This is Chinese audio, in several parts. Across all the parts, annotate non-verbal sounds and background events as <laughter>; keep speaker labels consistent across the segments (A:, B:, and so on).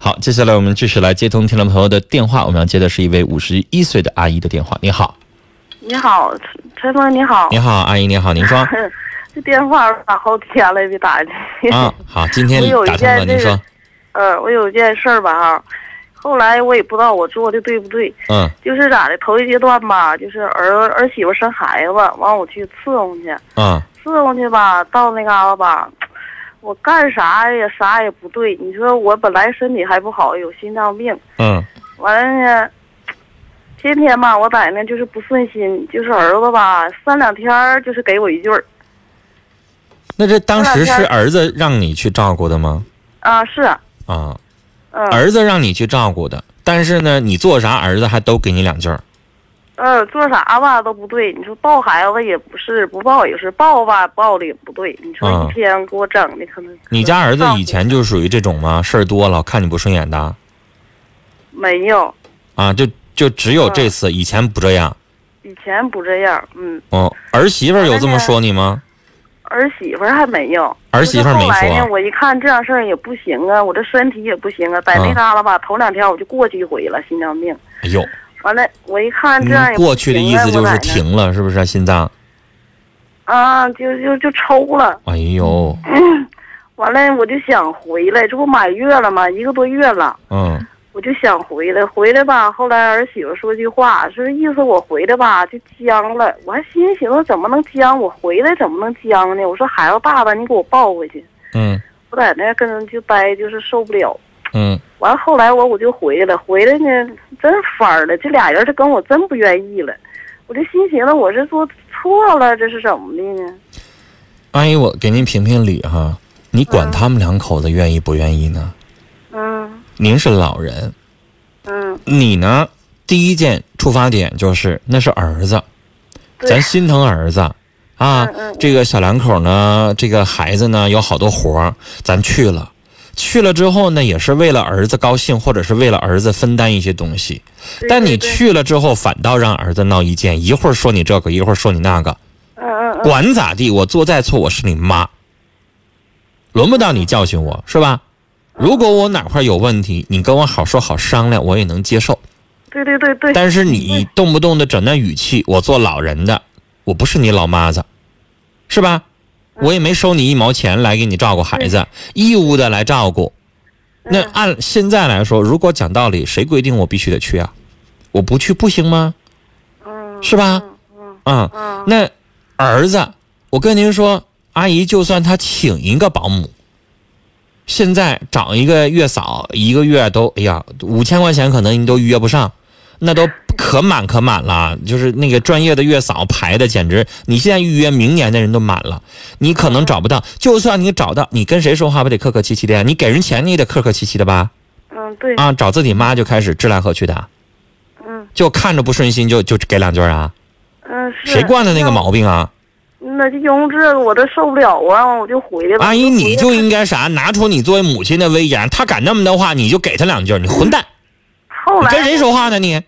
A: 好，接下来我们继续来接通听众朋友的电话，我们要接的是一位五十一岁的阿姨的电话。你好，
B: 你好，陈峰，你好。
A: 你好，阿姨，你好，您说
B: <laughs> 这电话打好几天了，也没打进去。 <laughs>
A: 啊，好，今天
B: 我有一
A: 打通了，
B: 件这
A: 您说
B: 个，嗯，我有一件事儿吧哈，后来我也不知道我做的对不对，
A: 嗯
B: 就是咋的，头一阶段吧，就是儿儿媳妇生孩子，完我去伺候去，
A: 嗯
B: 伺候去吧，到那嘎达吧，我干啥也啥也不对。你说我本来身体还不好，有心脏病，
A: 嗯
B: 完了呢，天天吧，我在那就是不顺心，就是儿子吧，三两天儿就是给我一句儿
A: 那这当时
B: 这两
A: 是
B: 天
A: 儿子让你去照顾的吗？
B: 啊，是，
A: 啊，
B: 嗯，
A: 儿子让你去照顾的，但是呢，你做啥，儿子还都给你两句儿。
B: 嗯，做啥吧都不对。你说抱孩子也不是，不抱也是，抱吧抱的也不对。你说
A: 嗯
B: 一天给我整的可能。
A: 你家儿子以前就属于这种吗？事儿多了，看你不顺眼的
B: 没有，
A: 啊，就就只有
B: 嗯
A: 这次，以前不这样。
B: 以前不这样，嗯，
A: 哦，儿媳妇儿有这么说你吗？
B: 儿媳妇儿还没有。
A: 儿媳妇儿没
B: 就是后来呢，
A: 说啊
B: 我一看这样事儿也不行啊，我这身体也不行啊，在那
A: 嗯
B: 旮旯吧，头两天我就过去一回了，心脏病。
A: 哎呦，
B: 完了，我一看这样
A: 你
B: 也不行啊
A: 嗯过去的意思就
B: 我奶
A: 是
B: 奶
A: 停了，是不是、啊？心脏？
B: 啊，就就就抽了。
A: 哎呦，
B: 完了，我就想回来，这不满月了吗？一个多月了。
A: 嗯
B: 我就想回来，回来吧。后来儿媳妇说句话，说意思我回来吧就僵了。我还心寻思怎么能僵？我回来怎么能僵呢？我说孩子爸爸，你给我抱回去。
A: 嗯
B: 我在那跟人就待，就是受不了。
A: 嗯
B: 完后来我我就回来了，回来呢真翻儿了，这俩人这跟我真不愿意了。我就心寻思我是做错了，这是怎么的呢？
A: 阿姨，哎我给您评评理哈、你管他们两口子愿意不愿意呢？
B: 嗯
A: 您是老人，
B: 嗯，
A: 你呢？第一件出发点就是那是儿子，
B: 对
A: 咱心疼儿子啊
B: 嗯嗯。
A: 这个小两口呢，这个孩子呢有好多活儿，咱去了。去了之后呢，也是为了儿子高兴，或者是为了儿子分担一些东西。
B: 对
A: 但你
B: 对对
A: 去了之后，反倒让儿子闹意见，一会儿说你这个，一会儿说你那个，
B: 嗯嗯嗯，
A: 管咋地，我做再错，我是你妈，轮不到你教训我是吧？如果我哪块有问题，你跟我好说好商量，我也能接受。
B: 对对对对，
A: 但是你动不动的整那语气，我做老人的，我不是你老妈子，是吧？
B: 嗯
A: 我也没收你一毛钱来给你照顾孩子，义务的来照顾。那
B: 嗯
A: 按现在来说，如果讲道理，谁规定我必须得去啊？我不去不行吗？
B: 嗯
A: 是吧？
B: 嗯
A: 啊、
B: 嗯
A: 那儿子，我跟您说，阿姨就算她请一个保姆，现在找一个月嫂，一个月都，哎呀，五千块钱可能你都约不上，那都可满可满了。就是那个专业的月嫂排的，简直你现在预约明年的人都满了，你可能找不到。就算你找到，你跟谁说话不得客客气气的呀？你给人钱你也得客客气气的吧？
B: 嗯对
A: 啊，找自己妈就开始支来喝去的，
B: 嗯
A: 就看着不顺心就就给两句儿啊，
B: 嗯是
A: 谁惯的那个
B: 那
A: 毛病啊？
B: 那就因为这个我都受不了啊，我就回来吧。
A: 阿姨，你就应该啥？拿出你作为母亲的威严。他敢那么的话，你就给他两句儿。你混蛋！
B: 后
A: 你
B: 来
A: 跟谁说话呢你？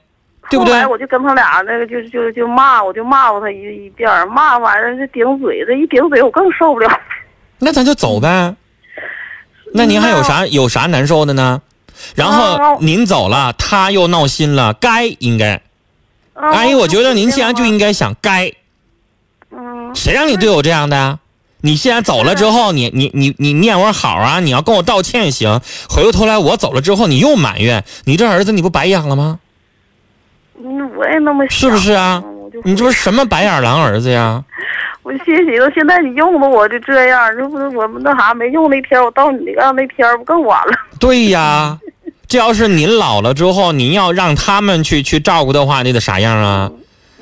A: 对不
B: 后
A: 对
B: 来？我就跟他俩那个就就就骂，我就骂过他一一遍儿，骂完了就顶嘴，这一顶嘴我更受不了。
A: 那咱就走
B: 嗯
A: 呗。那您还有啥有啥难受的呢？然后
B: 哦
A: 您走了，他又闹心了，该应该。
B: 嗯、
A: 阿姨，我觉得您现在就
B: 应
A: 应该想该，
B: 嗯
A: 谁让你对我这样的啊？你现在走了之后，你你你你念我好啊，你要跟我道歉行。回过头来我走了之后，你又埋怨，你这儿子你不白养了吗？
B: 嗯，我也那么
A: 是
B: 想
A: 不是啊
B: 嗯我就
A: 你这不是什么白眼狼儿子呀？
B: 我心寻思，现在你用的我就这样，这不是我们那啥没用那天，我到你那干那天不更完了？
A: 对呀， <laughs> 这要是您老了之后，您要让他们去去照顾的话，那得啥样啊？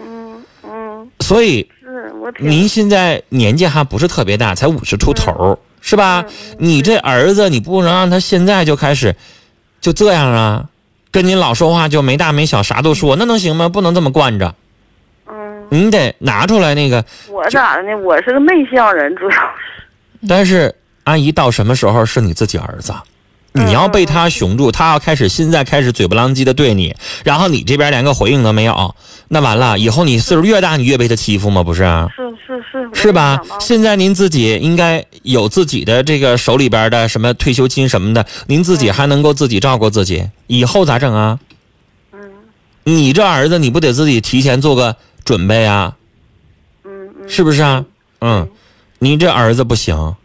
B: 嗯嗯，
A: 所以
B: 是我挺
A: 您现在年纪还不是特别大，才五十出头儿，是
B: 嗯
A: 吧？你这儿子，你不能让他现在就开始就这样啊，跟您老说话就没大没小，啥都说，那能行吗？不能这么惯着，
B: 嗯，
A: 您得拿出来那个。
B: 我咋的呢？我是个内向人，主要是
A: 但是阿姨到什么时候是你自己儿子？
B: 嗯
A: 你要被他熊住，他要开始现在开始嘴不浪叽的对你，然后你这边连个回应都没有，那完了，以后你岁数越大，你越被他欺负吗？不是？啊
B: 是是是，我
A: 是吧
B: 也嗯想到？
A: 现在您自己应该有自己的这个手里边的什么退休金什么的，您自己还能够自己照顾自己，以后咋整啊？
B: 嗯
A: 你这儿子你不得自己提前做个准备啊？
B: 嗯嗯，
A: 是不是啊？嗯，你这儿子不行，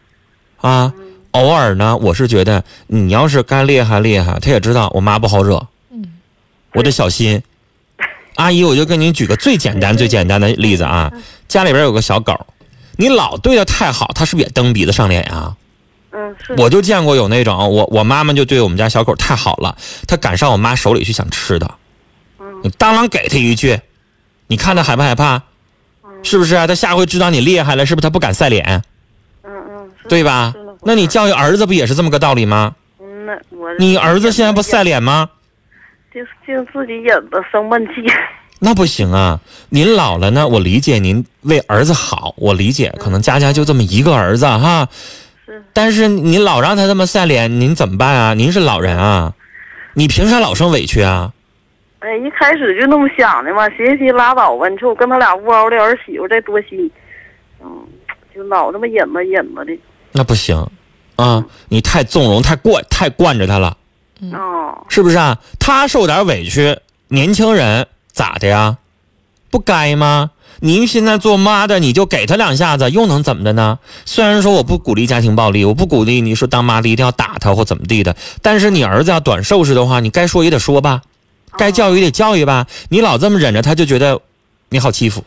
A: 啊，偶尔呢，我是觉得你要是该厉害厉害，他也知道我妈不好惹，
C: 嗯
A: 我得小心。阿姨，我就跟您举个最简单、最简单的例子啊，家里边有个小狗，你老对它太好，它是不是也蹬鼻子上脸啊？
B: 嗯是，
A: 我就见过有那种，我我妈妈就对我们家小狗太好了，它敢上我妈手里去想吃的，
B: 嗯
A: 你当啷给它一句，你看它害不害怕？是不是啊？它下回知道你厉害了，是不是它不敢晒脸，
B: 嗯嗯是，
A: 对吧
B: 是的我？
A: 那你教育儿子不也是这么个道理吗？
B: 嗯那我
A: 你儿子现在不晒脸吗？
B: 就就自己引的生闷气，
A: 那不行啊！您老了呢，我理解您为儿子好，我理解，可能家家就这么一个儿子哈。
B: 嗯是
A: 但是您老让他这么晒脸，您怎么办啊？您是老人啊，你凭啥老受委屈啊？
B: 哎，一开始就那么想的嘛，寻思寻思拉倒吧。你说我跟他俩窝嗷的儿媳妇再多心，嗯，就老这么引吧引吧的。
A: 那不行，啊，你太纵容、太惯、太惯着他了，
B: 哦，
A: 是不是啊？他受点委屈，年轻人咋的呀？不该吗？您现在做妈的，你就给他两下子，又能怎么的呢？虽然说我不鼓励家庭暴力，我不鼓励你说当妈的一定要打他或怎么地的，但是你儿子要短受是的话，你该说也得说吧，该教育也得教育吧。你老这么忍着，他就觉得你好欺负，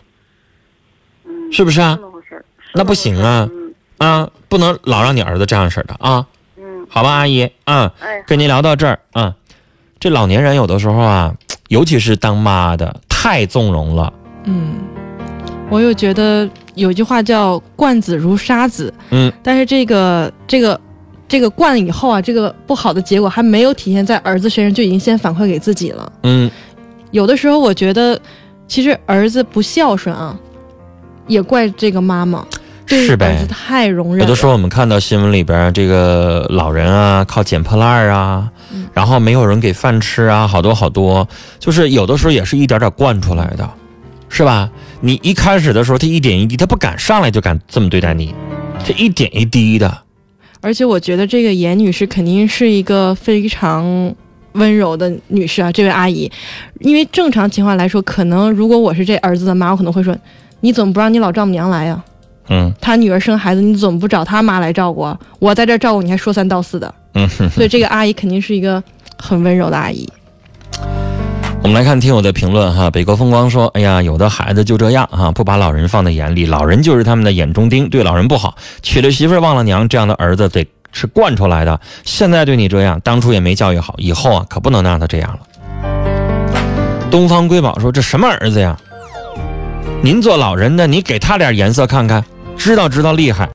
B: 嗯，
A: 是不是
B: 那
A: 啊？
B: 么回事儿是
A: 那
B: 那么
A: 不
B: 回事儿
A: 行啊
B: 嗯
A: 啊，不能老让你儿子这样式儿的啊，
B: 嗯，
A: 好吧，阿姨，嗯。
B: 哎，
A: 跟您聊到这儿啊、嗯这老年人有的时候啊，尤其是当妈的，太纵容了。
C: 嗯，我又觉得有句话叫“惯子如杀子”，
A: 嗯，
C: 但是这个这个这个惯了以后啊，这个不好的结果还没有体现在儿子身上，就已经先反馈给自己了。
A: 嗯
C: 有的时候我觉得，其实儿子不孝顺啊，也怪这个妈妈对
A: 是呗
C: 儿子太容
A: 嗯
C: 忍
A: 有
C: 了。
A: 的时候我们看到新闻里边儿，这个老人啊，靠捡破烂儿啊，
C: 嗯
A: 然后没有人给饭吃啊，好多好多，就是有的时候也是一点点惯出来的，是吧？你一开始的时候，他一点一滴，他不敢上来就敢这么对待你，这一点一滴的，
C: 而且我觉得这个严女士肯定是一个非常温柔的女士啊，这位阿姨，因为正常情况来说，可能如果我是这儿子的妈，我可能会说，你怎么不让你老丈母娘来呀、
A: 嗯
C: 她女儿生孩子，你怎么不找她妈来照顾啊？我在这儿照顾你还说三道四的，
A: 嗯哼。
C: 所以这个阿姨肯定是一个很温柔的阿姨。
A: 我们来看听友的评论哈，北国风光说：“哎呀，有的孩子就这样哈，不把老人放在眼里，老人就是他们的眼中钉，对老人不好。娶了媳妇儿忘了娘，这样的儿子得是惯出来的。现在对你这样，当初也没教育好，以后啊可不能让他这样了。”东方瑰宝说：“这什么儿子呀？您做老人的，你给他点颜色看看，知道知道厉害。”